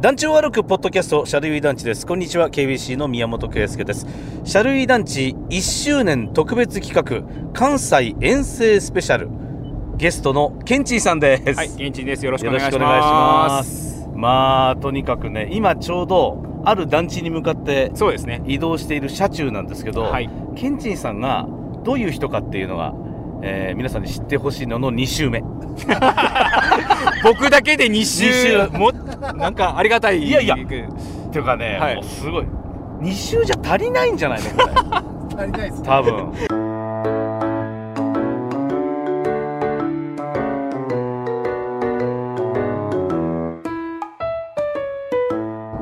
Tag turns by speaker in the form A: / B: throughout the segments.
A: 団地を歩くポッドキャスト、シャルウィ団地です。こんにちは、KBC の宮本圭介です。シャルウィ団地1周年特別企画、関西遠征スペシャル。ゲストのケンチーさんです。
B: はい、ケンチーです。よろしくお願いします。
A: ま,すまあ、とにかくね、今ちょうど、ある団地に向かって、
B: そうですね。
A: 移動している車中なんですけど、はい、ケンチーさんが、どういう人かっていうのが、えー、皆さんに知ってほしいのの2週目
B: 僕だけで2週2もなんかありがたい
A: いやいやっていうかね、はい、すごい2週じゃ足りないんじゃないのこ
C: れ足りないです、ね、
A: 多分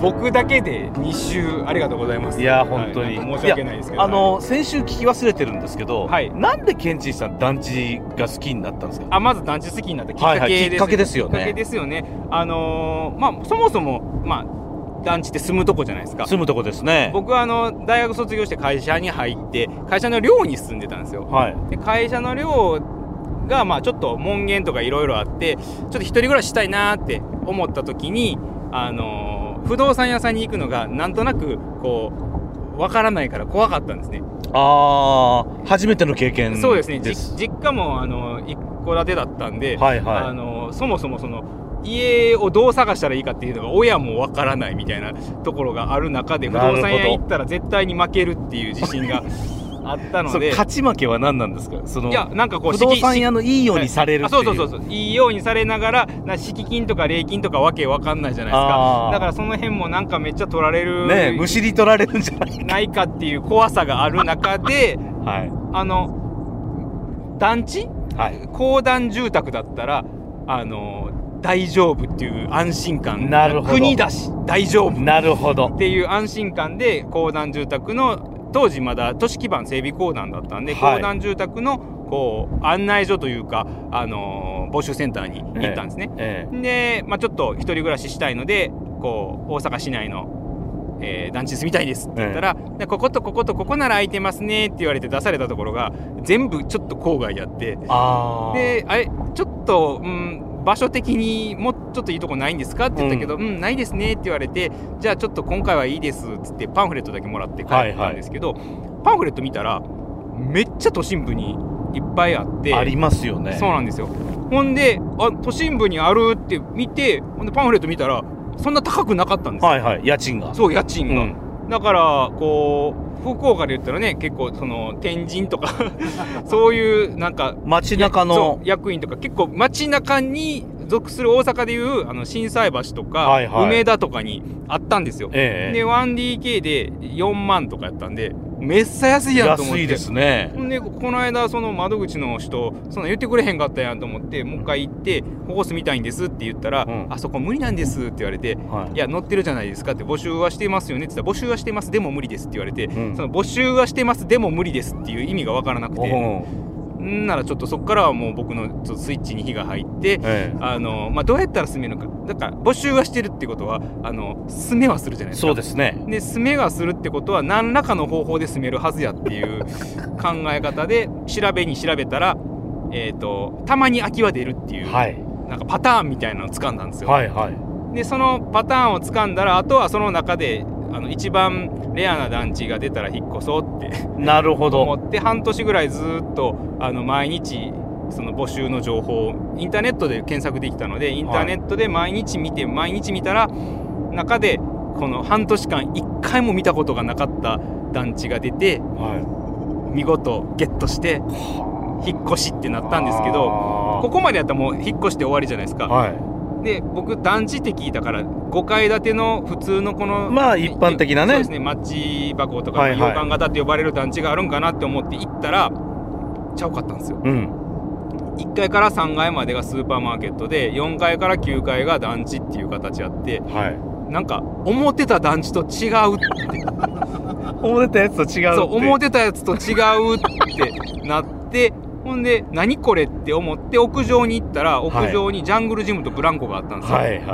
B: 僕だけで2週ありがとうございます
A: いや本当に、
B: はい、申し訳ないですけど
A: あの先週聞き忘れてるんですけど、はい、なんでケンチさん団地が好きになったんですか
B: あまず団地好きになったきっかけです、ねはいはい、きっか
A: けですよね
B: きっかけですよねあのー、まあそもそもまあ団地って住むとこじゃないですか
A: 住むとこですね
B: 僕はあの大学卒業して会社に入って会社の寮に住んでたんですよ、はい、で会社の寮がまあちょっと門限とかいろいろあってちょっと一人暮らししたいなって思った時にあのー不動産屋さんに行くのがなんとなくこうわからないから怖かったんですね
A: ああ初めての経験
B: そうですね実家もあの一戸建てだったんで、はいはい、あのそもそもその家をどう探したらいいかっていうのが親もわからないみたいなところがある中で不動産屋行ったら絶対に負けるっていう自信があったの で
A: 勝ち負けは何なんですかその
B: いやなんかこう
A: 不動産屋のいいようにされるって
B: いう、はい、そうそうそういいようにされながらな敷金とか礼金とかわけわかんないじゃないですかだからその辺もなんかめっちゃ取られる
A: ねむしり取られるんじゃない
B: ないかっていう怖さがある中で、はい、あの団地、はい、公団住宅だったらあの大丈夫っていう安心感
A: なるほど
B: 国だし大丈夫
A: なるほど
B: っていう安心感で公団住宅の当時まだ都市基盤整備公団だったんで、はい、公団住宅のこう案内所というか、あのー、募集センターに行ったんですね。ええ、で、まあ、ちょっと一人暮らししたいのでこう大阪市内の、えー、団地住みたいですって言ったら、え、こことこことここなら空いてますねって言われて出されたところが全部ちょっと郊外やってあであれちょっと、うん、場所的にもうちょっといいとこないんですかって言ったけど、うん、うん、ないですねって言われてじゃあちょっと今回はいいですっつってパンフレットだけもらって帰ったんですけど、はいはい、パンフレット見たらめっちゃ都心部にいっぱいあって
A: ありますよね
B: そうなんですよほんであ都心部にあるって見てほんでパンフレット見たらそんな高くなかったんですよ
A: はいはい家賃が
B: そう家賃が、うん、だからこう福岡で言ったらね結構その天神 とかそういうなんか
A: 街中の
B: 役員とか結構街中に属する大阪でいうあの心斎橋とか、はいはい、梅田とかにあったんですよ、ええ、で 1DK で4万とかやったんでめっさ安いやんと思って
A: 安いですね
B: でこの間その窓口の人その言ってくれへんかったやんと思ってもう一回行って「ここ住みたいんです」って言ったら「うん、あそこ無理なんです」って言われて「はい、いや乗ってるじゃないですか」って「募集はしてますよね」って言ったら「募集はしてますでも無理です」って言われて、うん、その「募集はしてますでも無理です」っていう意味が分からなくて。んならちょっとそこからはもう僕のちょっとスイッチに火が入って、ええ、あのまあ、どうやったら住めるのかだから募集はしてるってことはあの住めはするじゃないですか
A: そうですね
B: で住めはするってことは何らかの方法で住めるはずやって いう考え方で調べに調べたら、えーと、とたまに空きは出るっていう、はい、なんかパターンみたいなのを掴んだんですよ。はいはい、でそのパターンを掴んだらあとはその中であの一番レアな団地が出たら引っ越そうって
A: なるほど
B: 思って半年ぐらいずっとあの毎日その募集の情報をインターネットで検索できたのでインターネットで毎日見て、はい、毎日見たら中でこの半年間一回も見たことがなかった団地が出て、はい、見事ゲットして引っ越しってなったんですけどここまでやったらもう引っ越して終わりじゃないですか。はいで僕団地って聞いたから5階建ての普通のこの
A: まあ一般的なねそう
B: ですねマッチ箱とか、はいはい、洋館型って呼ばれる団地があるんかなって思って行ったらちゃうかったんですよ、うん、1階から3階までがスーパーマーケットで4階から9階が団地っていう形あって、はい、なんか思ってた団地と違うって
A: 思ってたやつと違う
B: そう思ってたやつと違うってなってほんで何これって思って屋上に行ったら屋上にジャングルジムとブランコがあったんですよ、はいはいはい、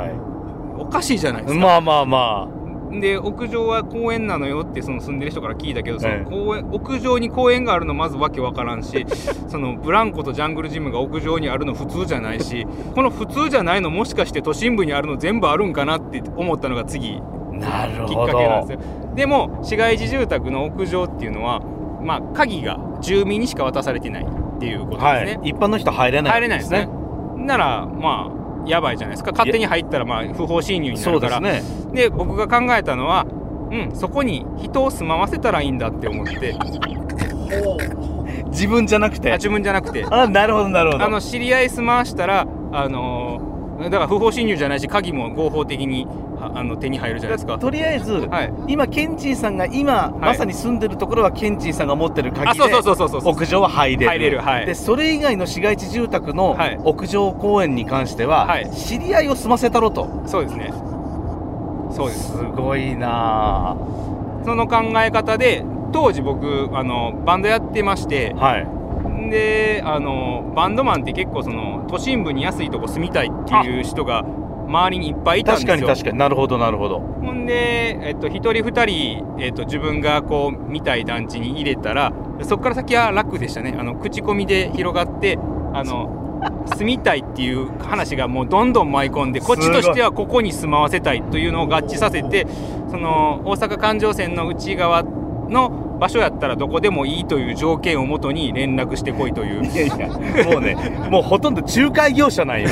B: おかしいじゃないですか
A: まあまあまあ
B: で屋上は公園なのよってその住んでる人から聞いたけどそ
A: ええ
B: の公園屋上に公園があるのまずわけわから んしそのブランコとジャングルジムが屋上にあるの普通じゃないしこの普通じゃないのもしかして都心部にあるの全部あるんかなって思ったのが次
A: なる
B: きっ
A: ほ
B: かけな
A: ど
B: んですよでも市街地住宅の屋上っていうのはまあ鍵が住民にしか渡されてないっていうこと
A: は
B: ですね、
A: い一般の人入れない
B: 入れないですねならまあやばいじゃないですか勝手に入ったらまあ不法侵入にな
A: そう
B: るか
A: で
B: ら
A: すね
B: で僕が考えたのは、うん、そこに人を住まわせたらいいんだって思って
A: 自分じゃなく
B: あ
A: て
B: 自分じゃなくて
A: あなるほどなるほど
B: あの知り合い住まわしたらあのーだから不法侵入じゃないし鍵も合法的にああの手に入るじゃないですか。
A: とりあえず、
B: はい、
A: 今ケンチンさんが今、まさに住んでるところはケンチンさんが持ってる鍵で
B: あそうそうそうそうそうそう
A: 屋上は入れる
B: 入れるはい
A: でそれ以外の市街地住宅の
B: はい
A: 屋上公園に関しては、
B: はい
A: 知り合いを済ませたろと
B: そうですねそうです
A: すごいな
B: その考え方で当時僕あのバンドやってまして
A: あはい
B: であのバンドマンって結構その都心部に安いとこ住みたいっていう人が周りにいっぱいいたんです
A: 確
B: よ
A: かに確かになるほどなるほど
B: ほんで、えっと、1人2人、えっと、自分がこう見たい団地に入れたらそこから先は楽でしたねあの口コミで広がってあの住みたいっていう話がもうどんどん舞い込んでこっちとしてはここに住まわせたいというのを合致させてその大阪環状線の内側の場所やったらどこでもいいという条件をもとに連絡してこいという
A: いやいやもうねもうほとんど仲介業者 なんよ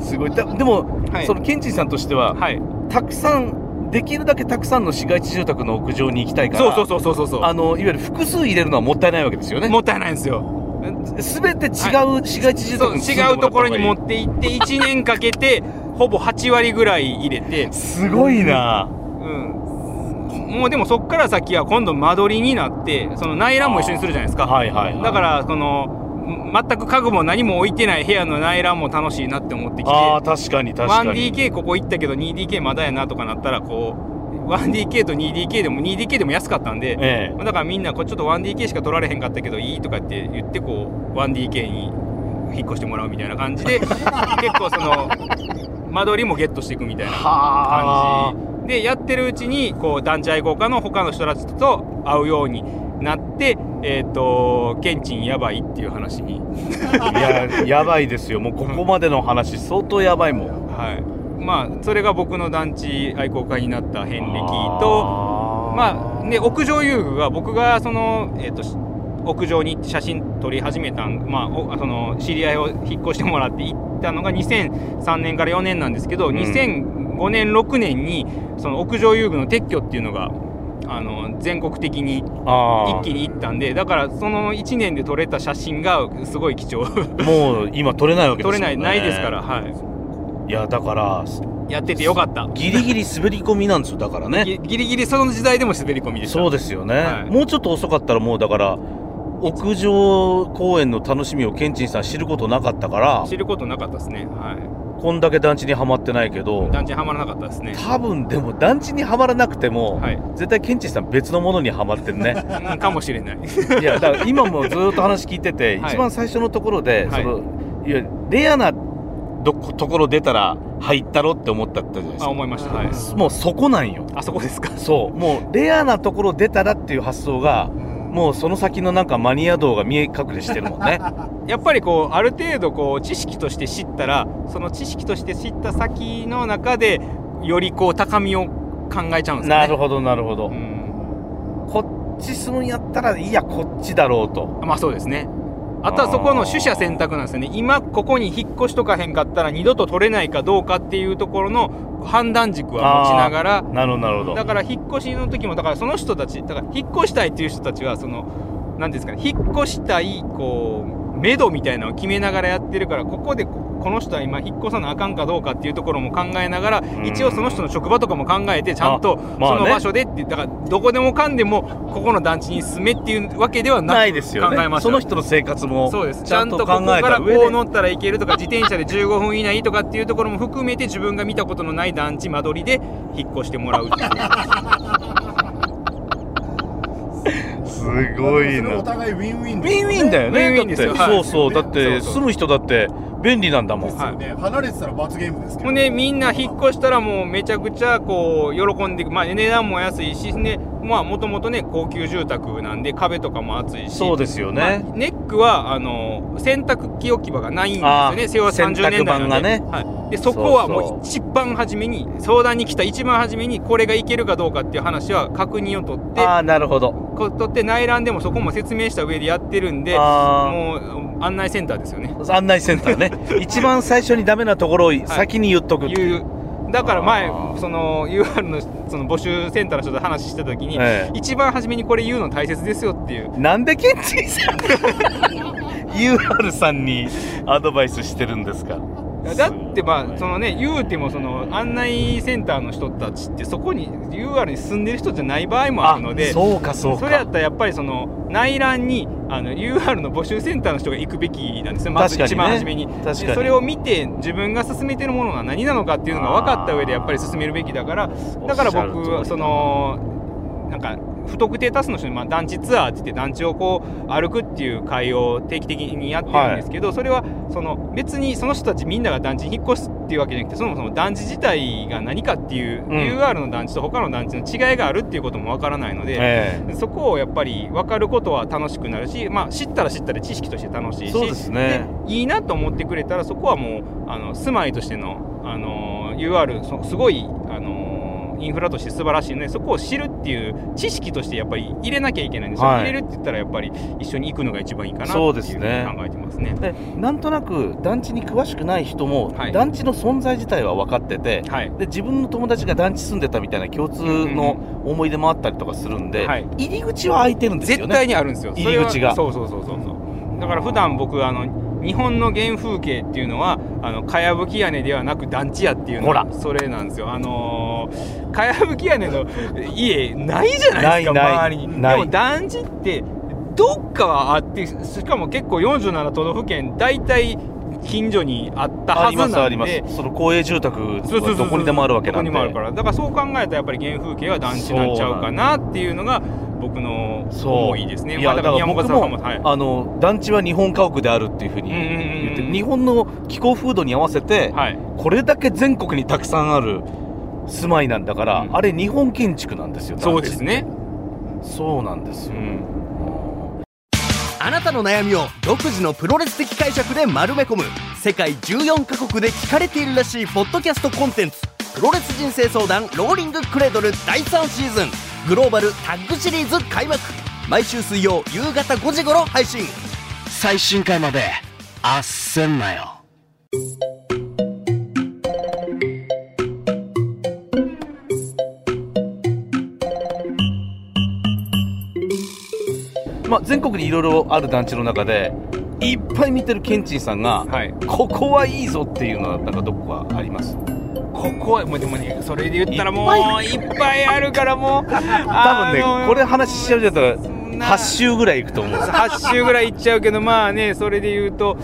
A: すごいだでも、
B: はい
A: そのケンチンさんとしては、
B: はい
A: たくさんできるだけたくさんの市街地住宅の屋上に行きたいから
B: そうそうそうそうそうそ
A: あのいわゆる複数入れるのはもったいないわけですよ
B: う
A: ね
B: もったいないんですよ
A: すべて違う市街地住
B: そう
A: 宅に住んでも
B: 違
A: ら
B: うところに持
A: った方がい
B: って行って1年かけてほぼ8割ぐらい入れて
A: い、すごいな
B: うんもうでもそっから先は今度間取りになってその内覧も一緒にするじゃないですか、
A: はいはい、はい、
B: だからそのん全く家具も何も置いてない部屋の内覧も楽しいなって思ってきて
A: ああ確かに確かに
B: 1DK ここ行ったけど 2DK まだやなとかなったらこう 1DK と 2DK でも 2DK でも安かったんで、
A: え
B: だからみんなこうちょっと 1DK しか取られへんかったけどいいとかって言ってこう 1DK に引っ越してもらうみたいな感じで結構その間取りもゲットしていくみたい
A: え
B: な
A: はあ
B: 感じでやってるうちにこう団地愛好家の他の人たちと会うようになってえっ、とケンチンやばいっていう話に、
A: いややばいですよもうここまでの話相当やばいもん
B: はい、まあそれが僕の団地愛好家になった遍歴と。
A: あー
B: まあ、で屋上遊具が僕がその、えー、とし屋上に行って写真撮り始めたん、まあ、おその知り合いを引っ越してもらって行ったのが2003年から4年なんですけど、
A: ん
B: 2005年6年にその屋上遊具の撤去っていうのがあの全国的に
A: あ
B: 一気に行ったんでだからその1年で撮れた写真がすごい貴重
A: 気もう今取れないわけです
B: 撮
A: も
B: れ
A: んね
B: ないないですから、はい
A: やだから
B: い、やっててよかった
A: ギリギリ滑り込みなんですよだからね
B: ぎギリギリその時代でも滑り込みでした
A: そうですよね、
B: はい
A: もうちょっと遅かったらもうだから屋上公園の楽しみをケンチンさん知ることなかったから
B: 知ることなかったですね、は
A: こんだけ団地にはまってないけど
B: い、団地はまらなかったですね
A: 多分でも団地にはまらなくても、
B: はい
A: 絶対ケンチンさん別のものにはまってる ね
B: うんかもしれない。
A: いやだから今もずっと話聞いてて、
B: はい
A: 一番最初のところで、
B: はい
A: そのいやレアなどこところ出たら入ったろって思ったってじゃないで
B: あ、思いました。はい。
A: すかもうそこなんよ
B: あそこですか。
A: そうもうレアなところ出たらっていう発想がもうその先のなんかマニア道が見え隠れしてるもん ね
B: やっぱりこうある程度こう知識として知ったら、その知識として知った先の中でよりこう高みを考えちゃうんですよね。
A: なるほどなるほど、
B: うん。
A: こっち住むんやったらいやこっちだろうと
B: まあそうですね。あとはそこの取捨選択なんですよね。今ここに引っ越しとかへんかったら二度と取れないかどうかっていうところの判断軸は持ちながら。
A: なるほどなるほど
B: だから引っ越しの時もだからその人たちだから引っ越したいっていう人たちはその何ですかね引っ越したいこう目処みたいなのを決めながらやってるからここでここの人は今引っ越さなあかんかどうかっていうところも考えながら
A: ん
B: 一応その人の職場とかも考えてちゃんとそ
A: まあね
B: の場所でってだからどこでもかんでもここの団地に住めっていうわけではなく
A: ないですよね
B: 考えました
A: その人の生活も
B: そうです
A: ち
B: ち
A: ゃ
B: ゃ
A: ん
B: ん
A: と
B: と
A: 考
B: こ
A: え
B: こか
A: た
B: ら
A: 上
B: こう
A: で
B: 乗ったらいけるとか自転車で15分以内とかっていうところも含めて自分が見たことのない団地間取りで引っ越してもらうっていう
A: すごい
C: それ
A: な
C: お互いウィンウィン
A: ウィンウィンだよね
B: ウィンウ
A: だ
B: ィン
A: っ
B: です
A: て
B: よはい
A: そうそうだって
B: そうそう
A: 住む人だって便利なんだも
C: です
A: ん
C: よね離れてたら罰ゲームですけ
B: も
C: ど
B: うね、みんな引っ越したらもうめちゃくちゃこう喜んでいく、まあ、値段も安いしねまあもともとね高級住宅なんで壁とかも厚いし
A: そうですよ
B: まあ
A: ね
B: ネックはあの洗濯機置き場がないんですよ
A: あー
B: ね昭和30年代な
A: 洗濯板が
B: んで
A: ね
B: はい、でそこは
A: そう
B: も
A: そう
B: う一番初めに相談に来た一番初めにこれがいけるかどうかっていう話は確認を取って
A: ああなるほど
B: こ取って内覧でもそこも説明した上でやってるんで
A: あ
B: もう案内センターですよね。
A: ー案内センター ね一番最初にダメなところを先に言っとくっていう
B: いうだから前
A: あー
B: その UR のその募集センターの人と話してた時に、
A: え
B: 一番初めにこれ言うの大切ですよっていう
A: えなんでケンチンさん UR さんにアドバイスしてるんですか
B: だってまあそ
A: の
B: のね言うてもその案内センターの人たちってそこに UR に住んでる人じゃない場合もあるので
A: そうかそう
B: そ
A: か
B: れやったらやっぱりその内覧にあの UR の募集センターの人が行くべきなんですよまず
A: 確かにね
B: 一番初めに
A: 確かに
B: でそれを見て自分が進めてるものが何なのかっていうのが分かった上でやっぱり進めるべきだからだから
A: おっしゃる通りだ
B: 僕そのなんか不特定多数の人に、まあ、団地ツアーって言って団地をこう歩くっていう会を定期的にやってるんですけど、それはその別にその人たちみんなが団地に引っ越すっていうわけじゃなくてそもそも団地自体が何かっていう、
A: ん
B: UR の団地と他の団地の違いがあるっていうこともわからないので、
A: え
B: そこをやっぱり分かることは楽しくなるし、まあ、知ったら知ったで知識として楽しい
A: え
B: し
A: そうですね
B: でいいなと思ってくれたらそこはもうあの住まいとしての、あの UR そすごい、あのインフラとして素晴らしいのでそこを知るっていう知識としてやっぱり入れなきゃいけないんですよ、
A: はい
B: 入れるって言ったらやっぱり一緒に行くのが一番いいかなってい
A: そううです
B: ふう
A: ね
B: に考えてますね。
A: でなんとなく団地に詳しくない人も、
B: はい
A: 団地の存在自体は分かってて
B: はい
A: で自分の友達が団地住んでたみたいな共通の思い出もあったりとかするんで、
B: はい
A: 入り口は空いてるんですよ
B: 絶
A: ね
B: 対にあるんですよ
A: 入り口が
B: それはそうそうそうそうそうだから普段僕あの日本の原風景っていうのはあのかやぶき屋根ではなく団地屋っていうの
A: ほら
B: それなんですよあのーかやぶき屋根の家ないじゃないで
A: ないな
B: すか
A: い
B: 周りに
A: ない
B: でも団地ってどっかはあってしかも結構47都道府県大体近所にあった
A: あ
B: はず
A: り
B: な
A: ま
B: ん
A: す
B: で
A: ありますその公営住宅は
B: そうそうそうそう
A: どこにでもあるわけなんで
B: どこにもあるからだからそう考えたらやっぱり原風景は団地なんちゃうかなっていうのが僕の
A: そう
B: 思いですね
A: いやだから僕も
B: はい
A: あの団地は日本家屋であるっていうふうに
B: うんうんうんうん
A: 言って日本の気候風土に合わせて、
B: はい
A: これだけ全国にたくさんある住まいなんだから、
B: うん
A: あれ日本建築なんですよ
B: そうです
A: ね
B: ね、
A: そうなんです
B: う
A: よ、
B: ん、
D: あなたの悩みを独自のプロレス的解釈で丸め込む世界14カ国で聞かれているらしいポッドキャストコンテンツ「プロレス人生相談ローリングクレードル」第3シーズングローバルタッグシリーズ開幕毎週水曜夕方5時頃配信
E: 最新回まであっせんなよ
A: まあ、全国にいろいろある団地の中でいっぱい見てるケンチンさんが、
B: はい
A: ここはいいぞっていうのはなんかどこかあります
B: ここはもうでもねそれで言ったらもういっぱいあるからもう多
A: 多分ねこれ話しちゃうじゃったら
B: な
A: 8周ぐらいいくと思う
B: 8周ぐらい行っちゃうけどまあねそれで言うと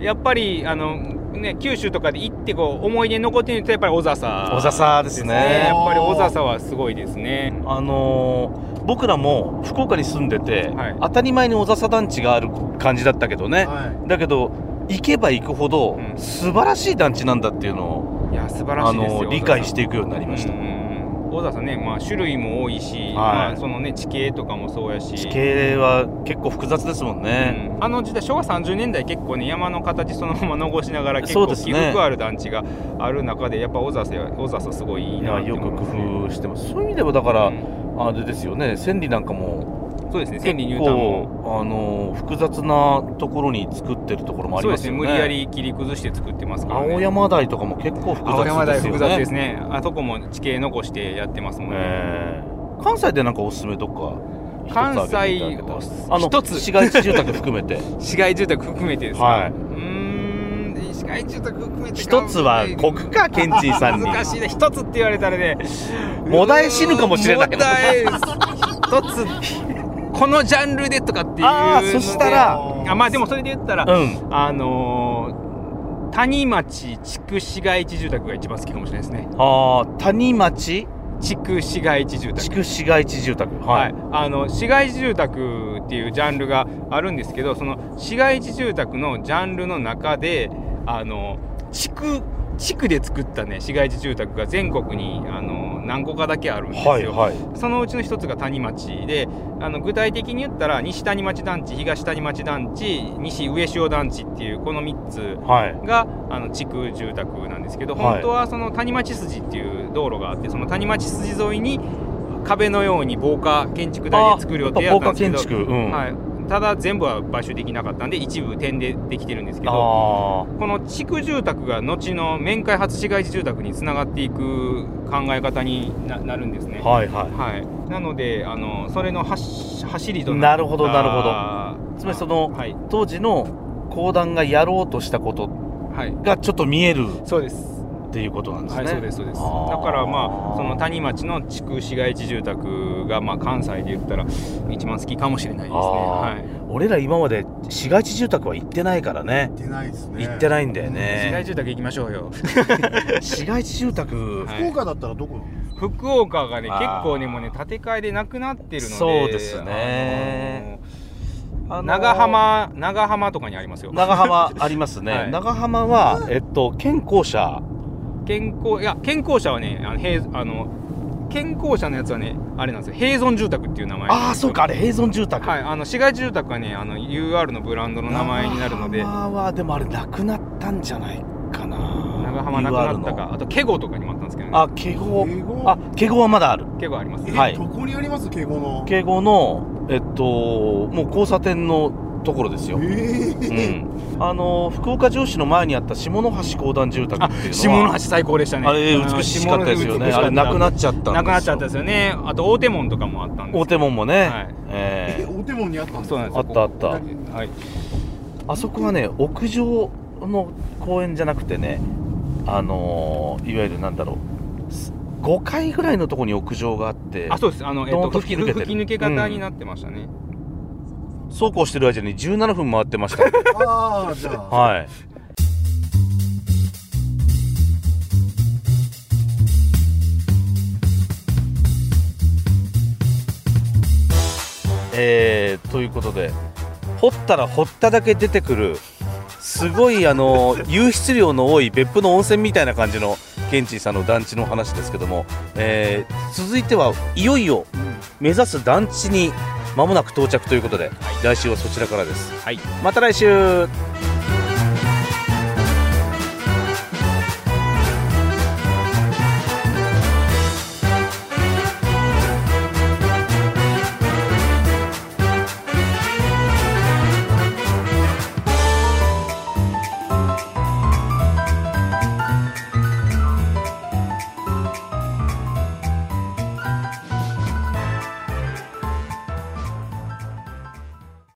B: やっぱりあのね九州とかで行ってこう思い出に残ってるとやっぱり小笹
A: 小笹です
B: や
A: ね
B: っぱり小笹はすごいですね
A: あのー僕らも福岡に住んでて、
B: はい
A: 当たり前に小笹団地がある感じだったけどね、
C: は
A: だけど行けば行くほど
B: うん
A: 素晴らしい団地なんだっていうのを、
B: いや素晴ら
A: あ
B: しいですよ、
A: のー理解していくようになりました、
B: うんうんうん小田さんね、まあ、種類も多いし、まあ、そのね地形とかもそうやし
A: 地形は結構複雑ですもんね、
B: うんあの時代昭和30年代結構ね山の形そのまま残しながら結
A: そう
B: 構
A: です
B: 起
A: ね
B: 伏ある団地がある中でやっぱ小笹は小笹すごいいい
A: いや
B: なって
A: よく
B: 思いますね
A: 工夫してますそういう意味ではだから、
B: うん
A: あれですよね千里なんかも
B: そうですね千
A: 結
B: 里入
A: 構
B: 丹も
A: あのー複雑なところに作ってるところもあり
B: そう
A: ま
B: です
A: す
B: ね
A: よね
B: 無理やり切り崩して作ってますから、ね、
A: 青山台とかも結構複
B: 青山
A: 雑
B: 台
A: です
B: 複
A: よ
B: 雑で
A: ね
B: すねあそこも地形残してやってますもんね、
A: えー関西でなんかおすすめどっか
B: 関西
A: あの
B: 一つ
A: 市街地住宅含 めて
B: 市街住宅含めてですね、
A: はいう
B: ーん市街住宅含めて
A: 一つはこくかケンチンさんに
B: 難しいな一つって言われたらね
A: もだえ死ぬかもしれない
B: もだえ一つこのジャンルでとかっていう
A: あーそしたら
B: あまあでもそれで言ったら、
A: うん
B: あのー谷町地区市街地住宅が一番好きかもしれないですね
A: ああ谷町
B: 地区市街地住宅
A: 地区市街地住宅
B: は
A: はいい、
B: あの市街地住宅っていうジャンルがあるんですけどその市街地住宅のジャンルの中であの地区地区で作ったね市街地住宅が全国にあの何個かだけあるんですよ。
A: はいはい
B: そのうちの一つが谷町であの具体的に言ったら西谷町団地東谷町団地西上塩団地っていうこの3つ
A: はい
B: があの地区住宅なんですけど
A: はい
B: 本当はその谷町筋っていう道路があってその谷町筋沿いに壁のように防火建築台で作る予定だ
A: あ
B: ったん
A: 防火
B: ですけ
A: 建
B: ど
A: 築うん、
B: はい、ただ全部は買収できなかったんで一部点でできてるんですけど
A: あ
B: この地区住宅が後の面会発市街地住宅につながっていく考え方にななるんですね。
A: あはいはい
B: はい、なのであのそれの走走りと
A: なるほどなるほど
B: ど
A: つまりその
B: はい、
A: 当時の講談がやろうとしたこと
B: はい、
A: がちょっと見える
B: そうです
A: っていうことなんです
B: は
A: ね、
B: い、そうですそうですだ
A: あー
B: からまあその谷町の地区市街地住宅がまあ関西で言ったら一番好きかもしれないですね
A: あー
B: はい
A: 俺ら今まで市街地住宅は行ってないからね
C: 行ってないですね
A: 行って
C: い
A: ないんだよ
B: 市街
A: ね
B: 地住宅行きましょうよ
A: 市街地住宅、
B: はい
C: 福岡だったらどこ
B: 福岡がね
A: あ
B: 結
A: ー
B: 構ねもうね建て替えでなくなってるので
A: そうですねあ
B: あのー
A: のー
B: 長浜長浜とかにありますよ
A: 長浜ありますね、
B: はい
A: 長浜はえっと健康者
B: 健康いや健康者はねあの平あの健康者のやつはねあれなんですよ平存住宅っていう名前
A: ああそうかあれ平存住宅、
B: はいあの市街地住宅はねあの UR のブランドの名前になるので
A: 長浜はでもあれなくなったんじゃないかな
B: 長浜なくなった
A: UR
B: かあとケゴとかにもあったんですけど
A: の
B: ね
A: あ敬
C: の
A: 語
C: 敬語
A: あ敬語はまだある
B: ケゴあります
C: え、
B: ね
A: は
C: はいどこにあります敬語の
A: 敬語のえっともう交差点のところですよ、
C: え
A: う
C: え
A: ん、あの福岡城市の前にあった下橋公団住宅っていうのは
B: 下橋最高でしたね
A: あれ美しかったですよ
B: 下
A: ね
B: 橋
A: あれなくなっちゃったんですよ
B: なくなっちゃったんですよねあと大手門とかもあったんです
A: 大手門もね、
B: はい
A: え
C: え
A: え
C: お手本にあったんです
B: そうなん
C: か
B: です
A: あ
B: よ
A: ったあった
B: はい
A: あそこはね屋上の公園じゃなくてねあのーいわゆるなんだろうす5階ぐらいのところに屋上があって
B: あそうですあの、えっ
A: ドー
B: と、
A: ンと
B: 吹
A: 吹き
B: き
A: 抜けてる
B: 抜け方になってましたね、
A: そうこうしてる間に17分回ってました
C: ああじゃあ
A: はいえー、ということで掘ったら掘っただけ出てくるすごいあの 湧出量の多い別府の温泉みたいな感じのケンチーさんの団地の話ですけども、えー続いてはいよいよ目指す団地にまもなく到着ということで、来週はそちらからです、
B: はい
A: また来週